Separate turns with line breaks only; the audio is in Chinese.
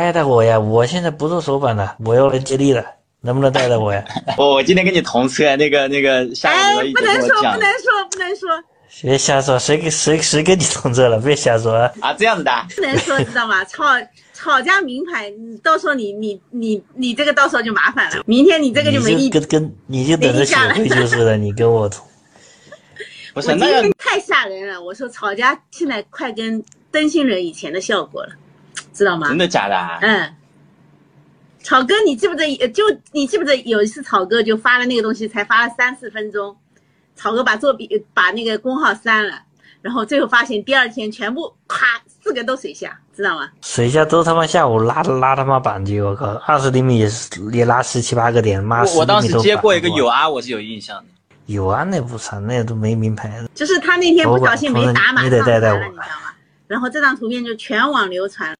带带我呀！我现在不做手板了，我要来接力了，能不能带带我 呀？
我我今天跟你同车，那个那个下午
哎
的，已
不
经
能
跟
说，
我讲
不
了
能说，不能说，
别瞎说，谁跟谁谁跟你同桌了？别瞎说啊！
啊，这样子的啊，
不能说，知道吗？吵吵架明牌，你到时候你你你你这个到时候就麻烦了。明天你这个就没
你
意
就
见。
跟跟你就等着
没
血
下来
亏就是了，你跟我同。
不
我
是
今
那个
天太吓人了，我说吵架现在快跟灯芯人以前的效果了，知道吗？
真的假的啊？
嗯，草哥，你记不得？就你记不得有一次草哥就发了那个东西，才发了三四分钟，草哥把作弊把那个工号删了，然后最后发现第二天全部啪四个都水下，知道吗？
水下都他妈下午拉拉他妈板机，我靠，二十厘米也是也拉十七八个点，妈
我我当时接过一个有
啊
啊，我是有印象的。
有啊，那不惨，那都没名牌，
就是他那天不小心没打
我管
码
你
上
得带
传
带
了，
我
你知道吗？然后这张图片就全网流传了。